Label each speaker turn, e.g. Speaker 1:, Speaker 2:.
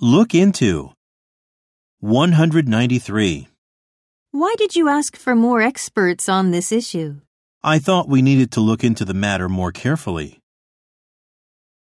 Speaker 1: Look into 193.
Speaker 2: Why did you ask for more experts on this issue?
Speaker 1: I thought we needed to look into the matter more carefully.